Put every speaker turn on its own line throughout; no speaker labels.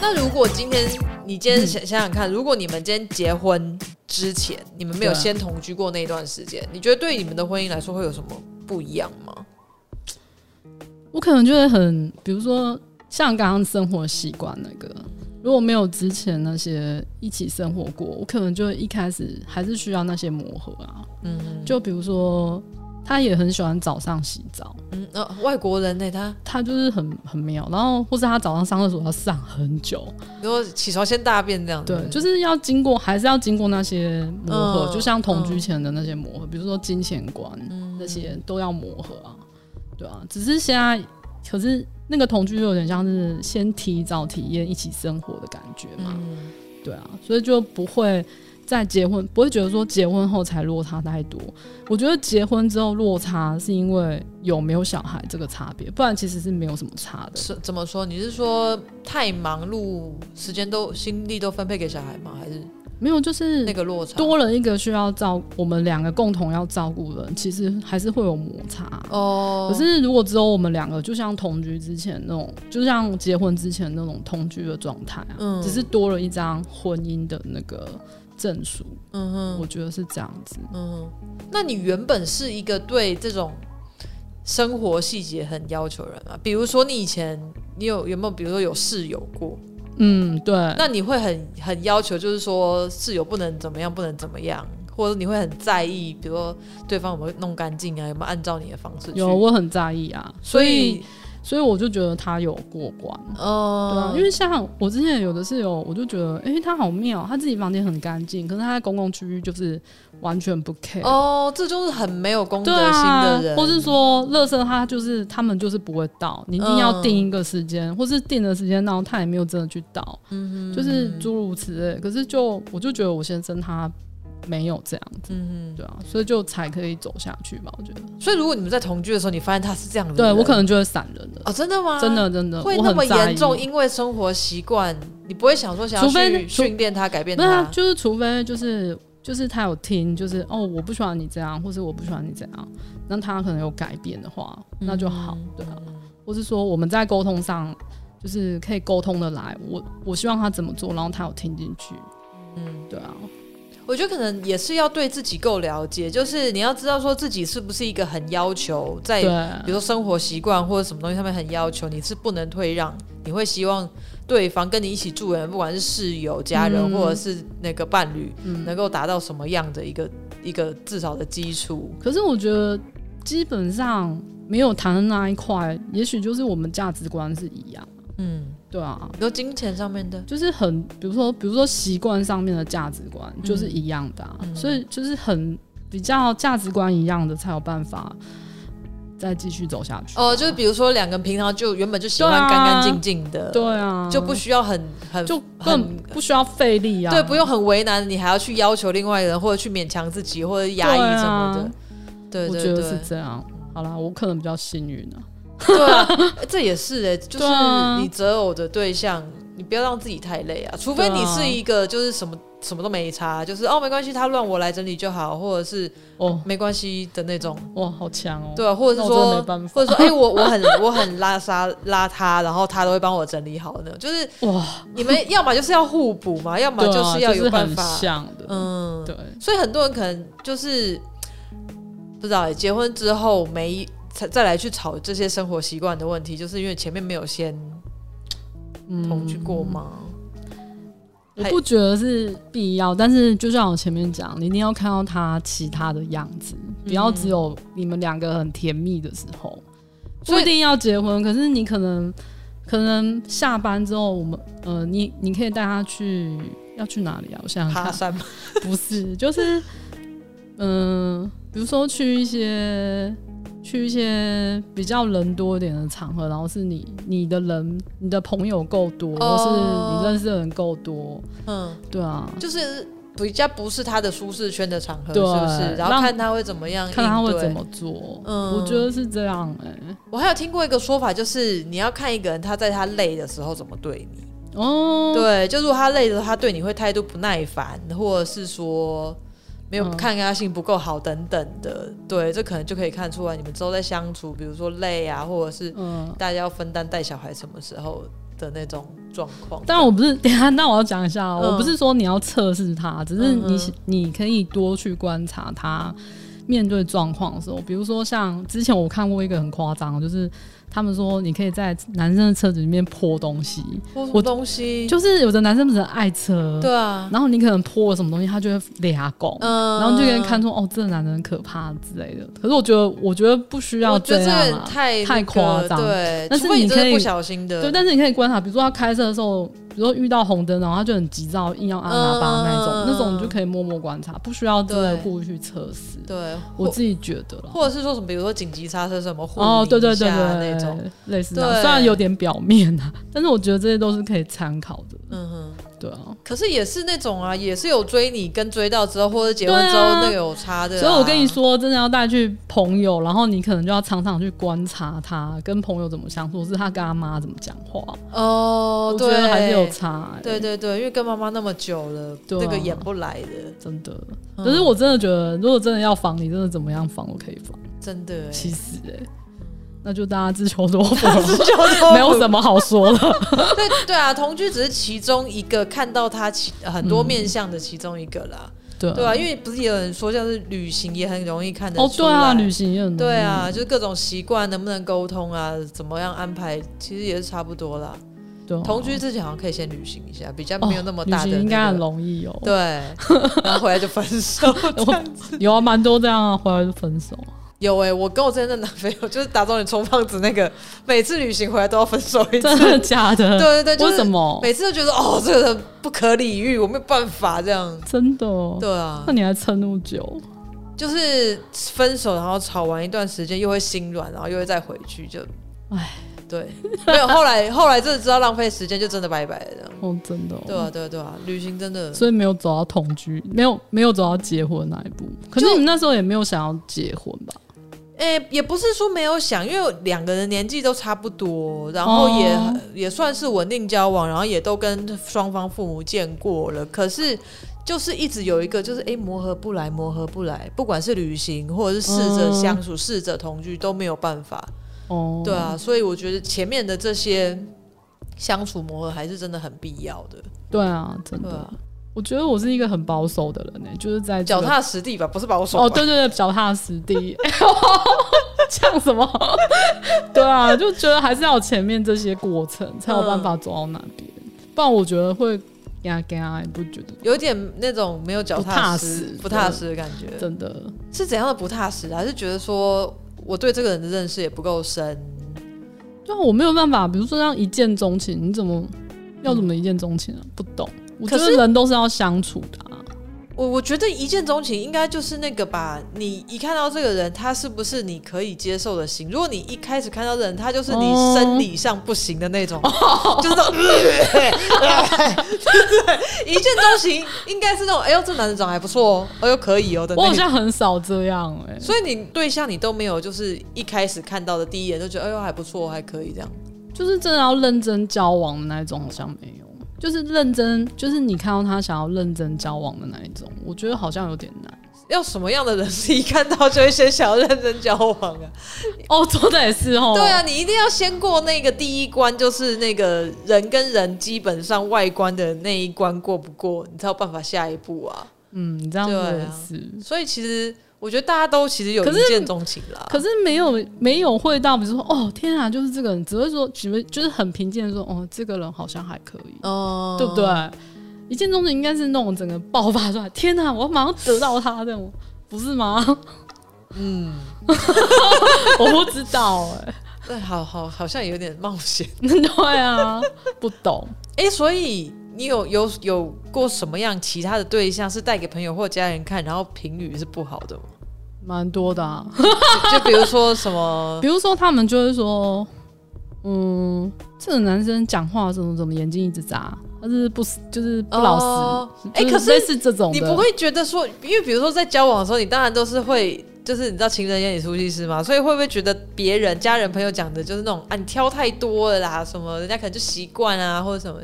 那如果今天你今
嗯
天想想想看，如果你们今天结婚之前，你们没有
对啊
先同居过那一段时间，你觉得对你们的婚姻来说会有什么不一样吗？
我可能就会很，比如说像刚刚生活习惯那个，如果没有之前那些一起生活过，我可能就一开始还是需要那些磨合啊。
嗯，
就比如说，他也很喜欢早上洗澡，
嗯，呃，外国人呢、他
他就是很很妙，然后或是他早上上厕所要上很久，
如果起床先大便这样子，
对，就是要经过，还是要经过那些磨
嗯
合，就像同居前的那些磨合，比如说金钱观、
嗯
那些都要磨合啊，对啊。只是现在，可是那个同居就有点像是先提早体验一起生活的感觉嘛，
嗯
对啊，所以就不会在结婚，不会觉得说结婚后才落差太多。我觉得结婚之后落差是因为有没有小孩这个差别，不然其实是没有什么差的。
是怎么说？你是说太忙碌，时间都心力都分配给小孩吗？还是
没有，就是
那个落差？
嗯多了一个需要照，我们两个共同要照顾的人，其实还是会有摩擦。啊
哦，
可是如果只有我们两个，就像同居之前那种，就像结婚之前那种同居的状态啊，
嗯
只是多了一张婚姻的那个证书，
嗯哼，
我觉得是这样子。
嗯，那你原本是一个对这种生活细节很要求的人啊？比如说你以前你有有没有，比如说有室友过，
嗯，对。
那你会很很要求，就是说室友不能怎么样，不能怎么样，或者你会很在意，比如说对方有没有弄干净啊，有没有按照你的方式去？
有，我很在意啊，
所
所以
以
所以我就觉得他有过关，对啊
哦，，
因为像我之前有的室友，我就觉得，哎、他好妙，他自己房间很干净，可是他在公共区域就是完全不 care，、
哦，这就是很没有公
对
德心
啊
的人，，
或是说，垃圾他就是他们就是不会到，你一定要定一个时间，
嗯
或是定的时间，然后他也没有真的去到，嗯、就是诸如此类。可是就我就觉得我先生他没有这样子，
嗯
对啊，所以就才可以走下去吧，我觉得。
哼，所以如果你们在同居的时候，你发现他是这样的人，
对我可能就会闪人的，
哦，真的吗？
真的真的，
会
呃我
那
很
么
在
严
意
重，因为生活习惯，你不会想说想要
除非
去
除
训练他、改变
不是、啊
他，。
就是除非就是就是他有听，就是哦，我不喜欢你这样，或是我不喜欢你这样，那他可能有改变的话，那就好，对啊。或是说我们在沟通上，就是可以沟通的来，我我希望他怎么做，然后他有听进去，嗯，对啊，
我觉得可能也是要对自己够了解，就是你要知道说自己是不是一个很要求，在比
对啊
如说生活习惯或者什么东西上面很要求，你是不能退让，你会希望对方跟你一起住的人，不管是室友、家人、
嗯
或者是那个伴侣，能够达到什么样的一个一个至少的基础。
可是我觉得基本上没有谈的那一块，也许就是我们价值观是一样，
嗯，
对啊，
比如金钱上面的，
就是很，比如说，比如说习惯上面的价值观
嗯
就是一样的、啊，所以就是很比较价值观一样的才有办法再继续走下去。啊
哦，就是比如说两个人平常就原本就喜欢
对啊
干干净净的，
对啊，
就不需要很很
就
很
更不需要费力啊，
对，不用很为难，你还要去要求另外一个人，或者去勉强自己，或者压抑什么的。对
啊我
对
觉
对
得是这样。好啦，我可能比较幸运啊。
对啊，这也是哎、就是
对啊
你择偶的对象，你不要让自己太累啊，除非
对啊
你是一个就是什么什么都没差，就是哦没关系，他乱我来整理就好，或者是
哦，
没关系的那种，
哇，好强哦！
对、啊，或者
那
是
我真的
说
没办法。
或者说，哎、我我很我很邋遢邋遢，然后他都会帮我整理好呢。就是
哇，
你们 要么就是要互补嘛，要么
对
就
啊，
是要有办法。
很像的，
嗯，
对，
所以很多人可能就是不知道、哎结婚之后没才再来去吵这些生活习惯的问题，就是因为前面没有先同居过吗？
我
还
不觉得是必要，但是就像我前面讲，你一定要看到他其他的样子，不要
嗯
只有你们两个很甜蜜的时候，
所
不
以
一定要结婚。可是你可能可能下班之后，我们呃，你你可以带他去要去哪里啊？我想想
爬
看，
山吗？
不是，就是嗯、呃比如说去一些。去一些比较人多一点的场合，然后是你你的人、你的朋友够多，
哦
或是你认识的人够多，
嗯，
对啊，
就是比较不是他的舒适圈的场合，是
对
不是？然后
让
看他会怎么样，
看他会怎。么做。
嗯
我觉得是这样哎、
我还有听过一个说法，就是你要看一个人他在他累的时候怎么对你。
哦，
对，就如果他累的时候，他对你会态度不耐烦，或者是说没有
嗯
抗压性不够好等等的，对，这可能就可以看出来你们之后在相处，比如说累啊，或者是
嗯，
大家要分担带小孩什么时候的那种状况。
但我不是， 等一下，那我要讲一下哦、
嗯
我不是说你要测试他，只是你、
嗯哼
你可以多去观察他面对状况的时候，比如说像之前我看过一个很夸张的，就是他们说你可以在男生的车子里面泼东西，
我什么
我
东西
就是有的男生不是很爱车，
嗯对啊，
然后你可能泼了什么东西，他就会俩拱。
嗯
然后就给人看出哦，这个男人很可怕之类的。可是我觉得，我觉得不需要
我觉
这
得这
样
个
啊。
太
太
那个
夸张
对，
但
除
是
非
你
真
可
的
以
不小心的，
对，但是你可以观察，比如说他开车的时候，比如说遇到红灯，然后他就很急躁，硬要按喇叭那一种，
嗯
那种你就可以默默观察，不需要真的
对
过去测试。
对，
我
或
自己觉得啦。
或者是说什么，比如说紧急刹车什么，护
哦，
你
对对
一
对
下
对，
那种，
类似这样，
对
虽然有点表面啊， 但是我觉得这些都是可以参考的。
嗯哼。
对啊，
可是也是那种啊，也是有追你跟追到之后，或者结婚
对啊
之后那个有差的啊、
所以我跟你说，真的要带去朋友，然后你可能就要常常去观察他跟朋友怎么相处，或是他跟他妈怎么讲话。
哦，
我觉
对，
得还是有差、欸。
对对对，因为跟妈妈那么久了，
对啊
那个演不来的，
真的。
嗯
可是我真的觉得，如果真的要防，你真的怎么样防都可以防。
真的欸，
其实、欸，那就大家自求多福，
就
没有
么。
什么好说的。
对对啊，同居只是其中一个看到他其很多面相的其中一个啦，
对
对啊，因为不是也有人说，像是旅行也很容易看得
哦，
出
对
来，
啊，旅行也很容易
对，啊，就是各种习惯能不能沟通啊，怎么样安排，其实也是差不多啦。
对啊
同居之前好像可以先旅行一下，比较
哦
没有那么大的、
旅
那
行应该很
个
容易哦。
对，然后回来就分 手。
有啊，蛮多这样啊，回来就分手。
有哎、我跟我之前的男朋友就是打肿脸充胖子那个，每次旅行回来都要分手一次。
真的假的？
对对对，就是
为什么？
每次都觉得哦，这个人不可理喻，我没有办法这样。
真的哦？
对 啊
那，你还撑那么久？
就是分手，然后吵完一段时间又会心软，然后又会再回去，就
唉，
对，没有。后来后来真的知道浪费时间，就真的拜拜了这样。
哦，真的、哦。
对啊，对啊，对啊，旅行真的
所以没有走到同居，没有没有走到结婚那一步。可是
就
你们那时候也没有想要结婚吧？
诶、也不是说没有想，因为两个人年纪都差不多，然后也、
哦
也算是稳定交往，然后也都跟双方父母见过了，可是。就是一直有一个，就是诶磨合不来，磨合不来，不管是旅行或者是试着相处、试着同居都没有办法，
嗯哦，
对啊，所以我觉得前面的这些相处磨合还是真的很必要的，
对啊，真
对
的。
啊，
我觉得我是一个很保守的人呢、欸就是在这
脚
个
踏实地吧，不是保守吧
哦，对对对，脚踏实地， 像什么？ 对啊，就觉得还是要有前面这些过程，才有办法走到那边，不然我觉得会嘎嘎，你不觉得？
有点那种没有脚踏实
不
不
踏实
踏实的感觉，
真的，
是怎样的不踏实啊？是觉得说我对这个人的认识也不够深，
对啊，我没有办法，比如说像一见钟情，你怎么要怎么一见钟情啊？不懂，我觉
可
得人都是要相处的、啊。
我我觉得一见钟情应该就是那个吧，你一看到这个人，他是不是你可以接受的型？如果你一开始看到人，他就是你
哦
生理上不行的那种，就是那种 对，一见钟情应该是那种，哎呦，这男的长得还不错哦，哎呦，可以哦的
我
那
好
个。
像很少这样哎、
所以你对象你都没有，就是一开始看到的第一眼就觉得，哎呦还不错，还可以这样。
就是真的要认真交往的那一种，好像没有。就是认真，就是你看到他想要认真交往的那一种，我觉得好像有点难。
要什么样的人是一看到就会先想要认真交往啊？
哦，说的也是哦。
对啊，你一定要先过那个第一关，就是那个人跟人基本上外观的那一关过不过，你才有办法下一步啊。
嗯，你这样
对啊
说也是。
所以其实我觉得大家都其实有
嗯可是
一见钟情啦。
可是没有没有会到，比如说哦天啊，就是这个人，只会说只会就是很平静的说哦，这个人好像还可以，
哦
对不对？一见钟情应该是那种整个爆发出来，天哪、我要马上得到他这种，不是吗？
嗯，
我不知道哎、
对，好好好像有点冒险。
对啊，不懂。
哎、所以你有有有过什么样其他的对象是带给朋友或家人看，然后评语是不好的吗？
蛮多的啊，
就就比如说什么
比如说他们就会说，嗯，这个男生讲话怎么怎么眼睛一直眨，他是不死就是 不老实，
哦哎
哎、
可是
类似这种的，
你不会觉得说，因为比如说在交往的时候，你当然都是会，就是你知道情人眼里出西施嘛，所以会不会觉得别人、家人、朋友讲的就是那种啊，你挑太多了啦，什么人家可能就习惯啊，或者什么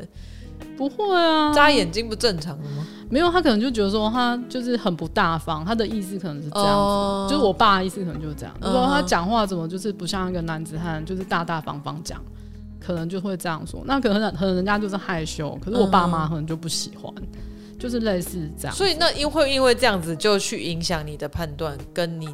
不会啊，
扎眼睛不正常的吗？
没有他可能就觉得说他就是很不大方，他的意思可能是这样子。
哦
就是我爸的意思可能就是这样，就说
嗯哼
他讲话怎么就是不像一个男子汉，就是大大方方讲。可能就会这样说。那可能可能人家就是害羞，可是我爸
嗯
妈可能就不喜欢，就是类似这样。
所以那因会因为这样子就去影响你的判断，跟你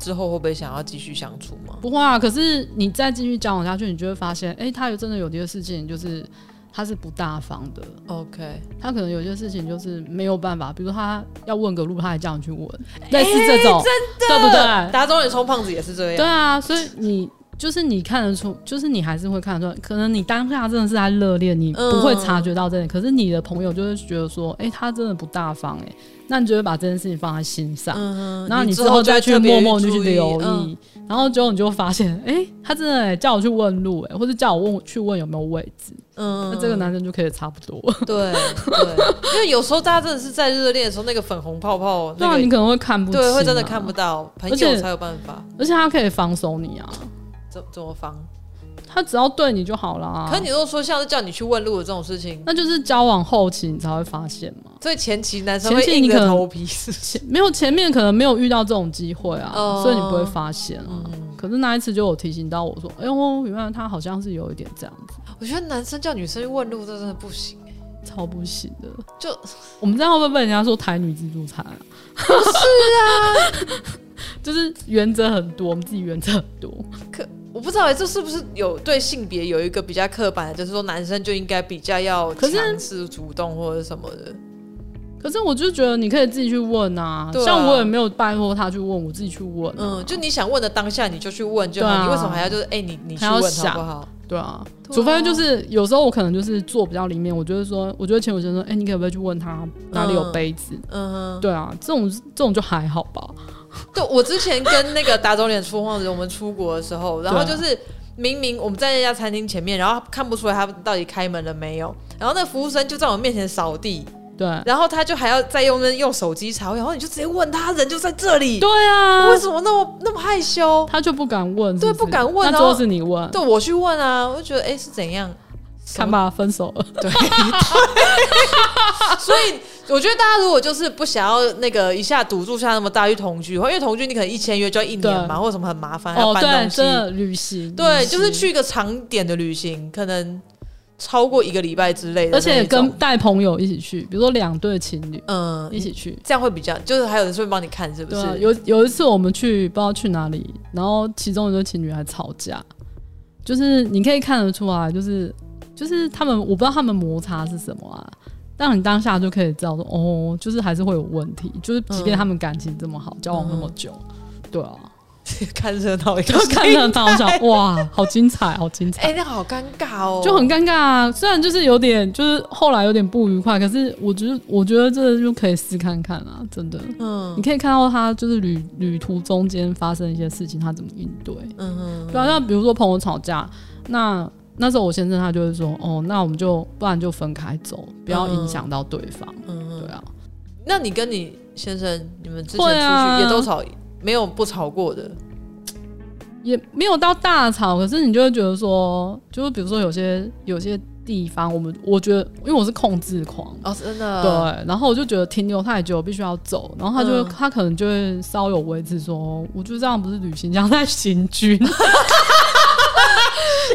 之后会不会想要继续相处吗？
不会啊，可是你再继续交往下去，你就会发现，哎、他有真的有些事情就是他是不大方的，
OK，
他可能有些事情就是没有办法，比如说他要问个路，他还叫你去问，类似这种，对不对？
打肿脸充胖子也是这
对
样。
啊，所以你就是你看得出，就是你还是会看得出来，可能你当下真的是在热恋，你
嗯
不会察觉到这点，可是你的朋友就会觉得说，哎、他真的不大方、哎，那你就会把这件事情放在心上。
嗯
啊然后你
之
之后再
会
去
特别
默默地去
注
留意，
嗯
然后之后你就发现，哎、他真的、哎叫我去问路、哎，或者叫我问我去问有没有位置，
嗯
那这个男生就可以差不多。
对对，因为有时候大家真的是在热恋的时候，那个粉红泡泡，
对
那
啊，
个
你可能会看不清、啊
对会真的看不，到，朋
而且
友才有办法，
而且他可以防守你啊，
怎怎么防？
他只要对你就好啦。
可你如果说像是叫你去问路的这种事情，
那就是交往后期你才会发现嘛，
所以前期男生
前
会
期
硬
你可
着
能
头皮，是不是？
前没有前面可能没有遇到这种机会啊，
哦
所以你不会发现啊。
嗯
可是那一次就有提醒到我说，哎呦，原来他好像是有一点这样子，
我觉得男生叫女生去问路，这真的不行。
超不行的。
就
我们这样会不会被人家说台女自助餐啊？是啊， 就是原则很多，我们自己原则很多。
我不知道、欸、这是不是有对性别有一个比较刻板的，就是说男生就应该比较要
可是
强势、主动或者什么的。
可是我就觉得你可以自己去问啊，
对啊
像我也没有拜托他去问，我自己去问、啊。
嗯，就你想问的当下你就去问就好，
对啊
你为什么还要就是哎、你你去
还要
问好
想
不好？
对啊，
对啊
除非就是有时候我可能就是坐比较里面，我就会说，我就会请我先生说，哎、你可不可以去问他哪里有杯子？
嗯哼，
对啊，这种这种就还好吧。
对，我之前跟那个打肿脸充胖子，我们出国的时候，然后
对啊
就是明明我们在那家餐厅前面，然后看不出来他到底开门了没有，然后那服务生就在我面前扫地，
对，
然后他就还要再用那用手机查，然后你就直接问他，人就在这里，
对啊
为，什么那么那么害羞？
他就不敢问
对
是是
不敢问
那
然
最
后
后是你问，
对我去问啊，我就觉得哎、诶是怎样？
看吧，分手了。
对，对所以我觉得大家如果就是不想要那个一下赌注下那么大去同居，因为同居你可能一签约就要一年嘛，或者什么很麻烦，还要
哦，
搬
对，
东西。
真的旅行，
对，
旅行
就是。去一个长点的旅行，可能超过一个礼拜之类的那
而
一种，
且跟带朋友一起去，比如说两对情侣
嗯
一起去。
这样会比较，就是还有人顺便帮你看，是不
对、啊，
是？
有有一次我们去不知道去哪里，然后其中一对情侣还吵架，就是你可以看得出来，就是就是他们我不知道他们摩擦是什么啊，但你当下就可以知道说，哦，就是还是会有问题，就是即
嗯
便他们感情这么好，交往那么久，对啊，
看热闹一个
就看得很好 笑，哇，好精彩，好精彩。
哎、那好尴尬哦，
就很尴尬啊。虽然就是有点，就是后来有点不愉快，可是我觉得，我觉得这就可以试看看啊，真的。
嗯
你可以看到他就是旅旅途中间发生一些事情，他怎么应对。
嗯哼
对啊，像比如说朋友吵架，那那时候我先生他就会说，哦，那我们就不然就分开走，不要影响到对方。
嗯
对
哼，
啊，
那你跟你先生，你们之前出
会啊
去也都吵，没有不吵过的，
也没有到大吵，可是你就会觉得说，就是比如说有些有些地方，我们我觉得，因为我是控制狂，
哦，真的，
对，然后我就觉得停留太久，必须要走。然后他就会、
嗯
他可能就会稍有维持说，我就这样不是旅行，这样在 行军。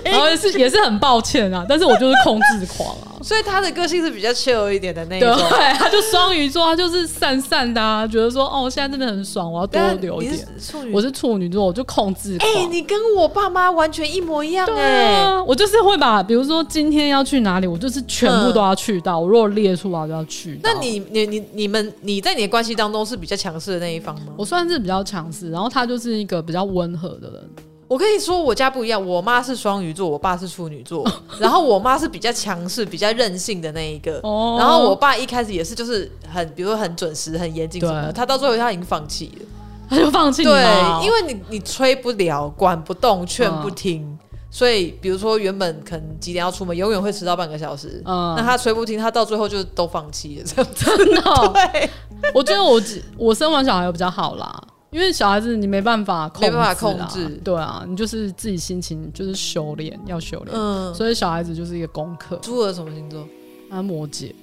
然后也是也是很抱歉啊，但是我就是控制狂啊。
所以他的个性是比较 chill 一点的那一
对啊
种。，
他就双鱼座，他就是散散的、啊，觉得说哦，现在真的很爽，我要多
但
留一
你
点。
是处女，
我是处女座，我就控制
哎
狂。、
你跟我爸妈完全一模一样哎、
对啊，我就是会把，比如说今天要去哪里，我就是全部都要去到。我如果列出来，我就要去到。
嗯那你你你你们你在你的关系当中是比较强势的那一方吗？
我算是比较强势，然后他就是一个比较温和的人。
我跟你说，我家不一样，我妈是双鱼座，我爸是处女座，然后我妈是比较强势、比较任性的那一个。
哦
然后我爸一开始也是，就是很，比如说很准时、很严谨什么的，
对
他到最后他已经放弃了。
他就放弃你吗
对，因为你你吹不了、管不动、劝不听，所以比如说原本可能几点要出门，永远会迟到半个小时。
嗯
那他吹不听，他到最后就都放弃了，这样子。
真的 哦，
对，
我觉得我只我生完小孩比较好啦，因为小孩子你没办法控制、啊，
没办法控制
对啊，你就是自己心情就是修炼，要修炼，
嗯，
所以小孩子就是一个功课。
猪儿什么星座？
他摩羯，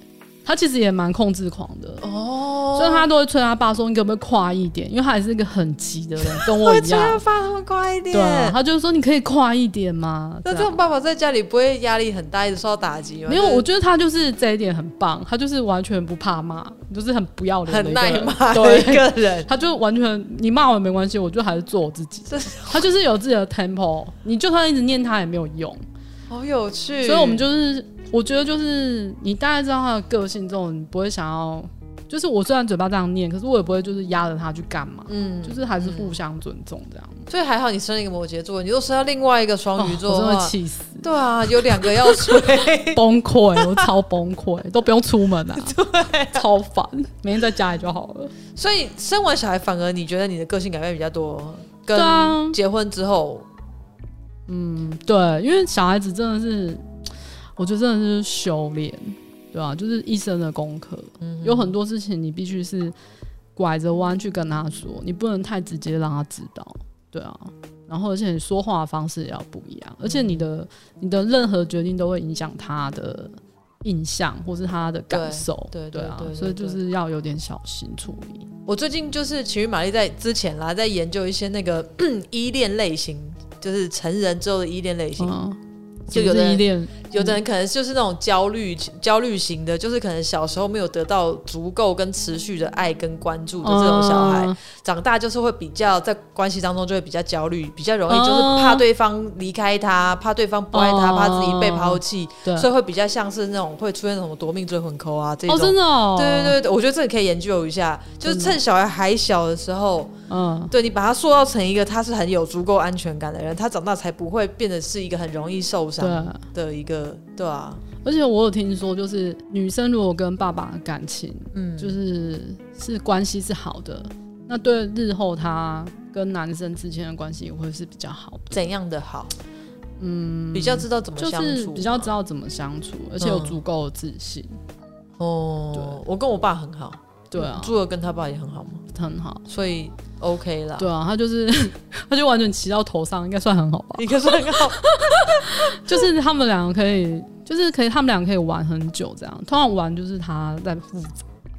他其实也蛮控制狂的，
哦，
所以他都会催他爸说：“你可不可以快一点？”因为他也是一个很急的人，跟 我
会
一
催他
样。
爸那么快一点。
对啊，他就说：“你可以快一点吗？”
那
这
这
样
种爸爸在家里不会压力很大，一直受到打击吗？
没有，
就是
我觉得他就是这一点很棒，他就是完全不怕骂，就是很不要脸的
很
一个
耐
人，
骂的
对
一，个 人，
他就完全你骂我也没关系，我就还是做我自 己
这。
他就是有自己的 tempo，你就算一直念他也没有用。
好有趣。
所以我们就是，我觉得就是你大概知道他的个性之后，你不会想要，就是我虽然嘴巴这样念，可是我也不会就是压着他去干嘛，
嗯
就是还是互相尊重这样。
所以还好你生了一个摩羯座，你若生到另外一个双鱼座
哦我
的
真
话，
的气死，
对啊，有两个要吹。
崩溃，我超崩溃，都不用出 门啊，对，超烦，每天在家里就好了。
所以生完小孩，反而你觉得你的个性改变比较多，
对
跟
啊，
结婚之后，啊
对，因为小孩子真的是，我觉得真的是修炼，对啊，就是一生的功课，
嗯哼
有很多事情你必须是拐着弯去跟他说，你不能太直接让他知道，对啊。然后，而且你说话的方式也要不一样，
嗯
而且你的、你的任何决定都会影响他的印象或是他的感
对
受，
对对
啊
对对
所以就
对
是要有点小心处理。
我最近就是奇遇玛丽在之前啦，在研究一些那个 依恋类型，就是成人之后的依恋类型。
嗯，
就有
是不
的
是
人
依恋，
有的人可能就是那种焦虑焦虑型的，就是可能小时候没有得到足够跟持续的爱跟关注的这种小孩，
嗯
长大就是会比较在关系当中就会比较焦虑，比较容易
嗯
就是怕对方离开他，怕对方不爱他，
嗯
怕自己被抛弃，
对，
所以会比较像是那种会出现那种夺命追魂扣啊这
哦，
种。
真的哦，
对对对，我觉得这个可以研究一下，就是
真的
趁小孩还小的时候，
嗯，
对你把他塑造成一个他是很有足够安全感的人，他长大才不会变得是一个很容易受伤
对。啊
的一个，对啊，
而且我有听说，就是女生如果跟爸爸的感情，
嗯，
就是是关系是好的，那对日后她跟男生之间的关系也会是比较好的，
怎样的好？嗯，比较知道怎么
就
相
是
处嘛，嗯
比较知道怎么相处，而且有足够的自信。
哦。我跟我爸很好，
对啊，
朱儿跟他爸也很好嘛，
很好。
所以 OK 啦。
对啊，他就是他就完全骑到头上，应该算很好吧？
一个是很好，
就是他们两个可以，就是可以，他们两个可以玩很久这样。通常玩就是他在负责，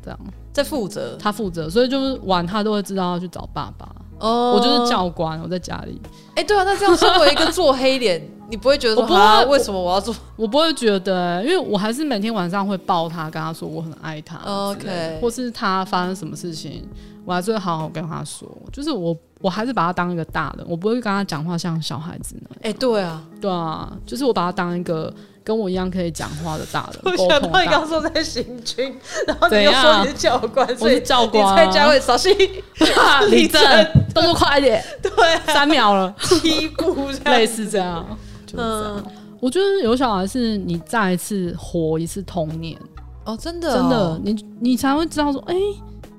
这样
在负责
他负责，所以就是玩他都会知道要去找爸爸。
哦。
我就是教官，我在家里，
哎，对啊，那这样身为一个做黑脸， 你不会觉得说
我不会
啊，
我
为什么我要做
我不会觉得，因为我还是每天晚上会抱他，跟他说我很爱他之类的
OK
或是他发生什么事情，我还是会好好跟他说，就是我我还是把他当一个大人，我不会跟他讲话像小孩子那样，
哎、对啊，
对啊，就是我把他当一个跟我一样可以讲话的大 人，
我
沟
想
通
到
的
你
大
刚
人，
说在行军， 然后你
怎
又说
样
你是教官，
我
所
是
以
教官、
你
啊，
在家会扫兴。
立
立
正
正，
动作快一 点，
对、啊，
三秒 了，
踢步这
类
样。
似这样，就是这样。
嗯，
我觉得有小孩是你再一次活一次童年。
哦，真的、
真的
哦，，
你你才会知道说，哎、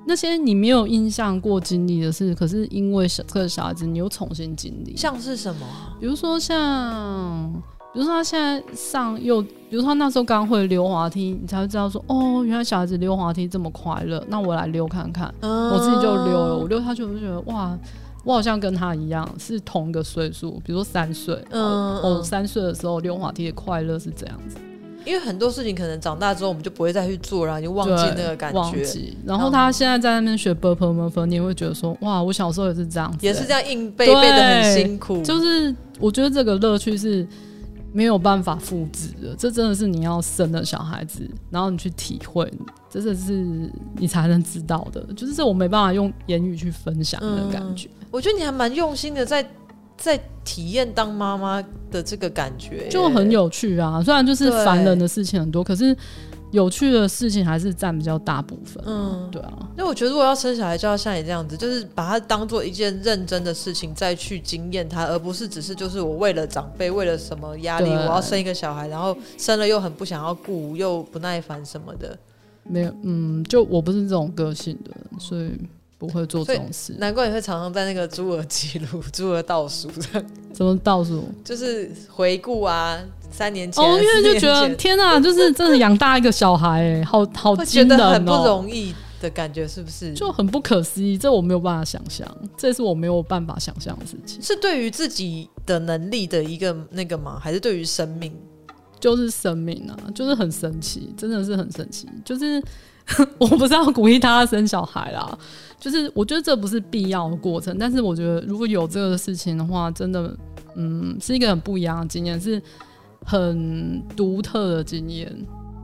那些你没有印象过经历的事，可是因为小这个小孩子，你又重新经历。
像是什么啊？
比如说像，比如说他现在上幼，比如说他那时候刚会溜滑梯，你才会知道说，哦，原来小孩子溜滑梯这么快乐，那我来溜看看。
嗯
我自己就溜了，我溜下去我就觉得哇。我好像跟他一样是同一个岁数，比如说三岁，
嗯
哦，我
嗯
三岁的时候溜滑梯的快乐是这样子，
因为很多事情可能长大之后我们就不会再去做，然后就忘记
对
那个感
忘
觉，
记。然后他现在在那边学 b u r p l e m u r p 你也会觉得说，哇，我小时候也是这样子、
也是这
样。
样硬背，
对
背的很辛苦。
就是我觉得这个乐趣是没有办法复制的，这真的是你要生了小孩子，然后你去体会，这真的是你才能知道的。就是这我没办法用言语去分享的感觉，
我觉得你还蛮用心的在，在体验当妈妈的这个感觉，
就很。有趣啊。虽然就是
对
烦人的事情很多，可是有趣的事情还是占比较大部分。
嗯
对啊，
那我觉得，如果要生小孩，就要像你这样子，就是把它当做一件认真的事情再去经验它，而不是只是就是我为了长辈，为了什么压力，
对
我要生一个小孩，然后生了又很不想要顾，又不耐烦什么的。
没有，嗯，就我不是这种个性的人，所以不会做
所
这
以
种事。
难怪你会常常在那个猪儿记录、猪儿倒数这样，
怎么倒数？
就是回顾啊，三年前，
哦，因为
四
就
年
觉得
前
天哪、就是真的养大一个小孩、欸，好好
会觉
惊人
得很不
哦、
容易的感觉，是不是？
就很不可思议，这我没有办法想象，这是我没有办法想象的事情。
是对于自己的能力的一个那个吗？还是对于生命？
就是生命啊，就是很神奇，真的是很神奇。就是 我不是要鼓励大家生小孩啦，就是我觉得这不是必要的过程，但是我觉得如果有这个事情的话，真的，嗯，是一个很不一样的经验，是很独特的经验。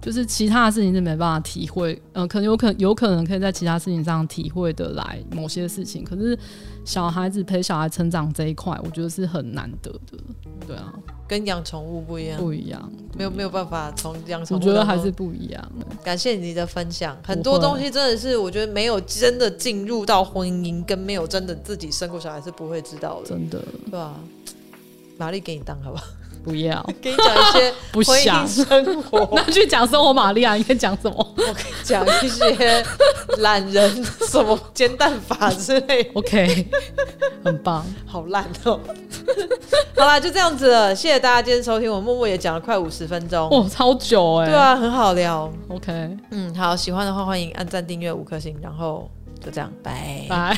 就是其他的事情是没办法体会，呃，可能有可有可能可以在其他事情上体会的来某些事情，可是小孩子陪小孩成长这一块，我觉得是很难得的，对啊，
跟养宠物不一样，
不一样，
没有没有办法从养宠
我
物。
觉得还是不一样。
感谢你的分享，
会
很多东西真的是我觉得没有真的进入到婚姻，跟没有真的自己生过小孩是不会知道的，
真的
对吧、玛丽给你当好 不好？
不要，
给你讲一些
不
婚
想
姻生活，
那去讲生活玛利亚，你可以讲什么
讲一些懒人什么煎蛋法之类的
？OK，很棒，
好烂哦、好啦，就这样子了，谢谢大家今天收听。我默默也讲了快五十分钟，
哦，超久哎、
对啊，很好聊。
，OK，
嗯，好，喜欢的话欢迎按赞、订阅、五颗星，然后就这样，拜。
拜。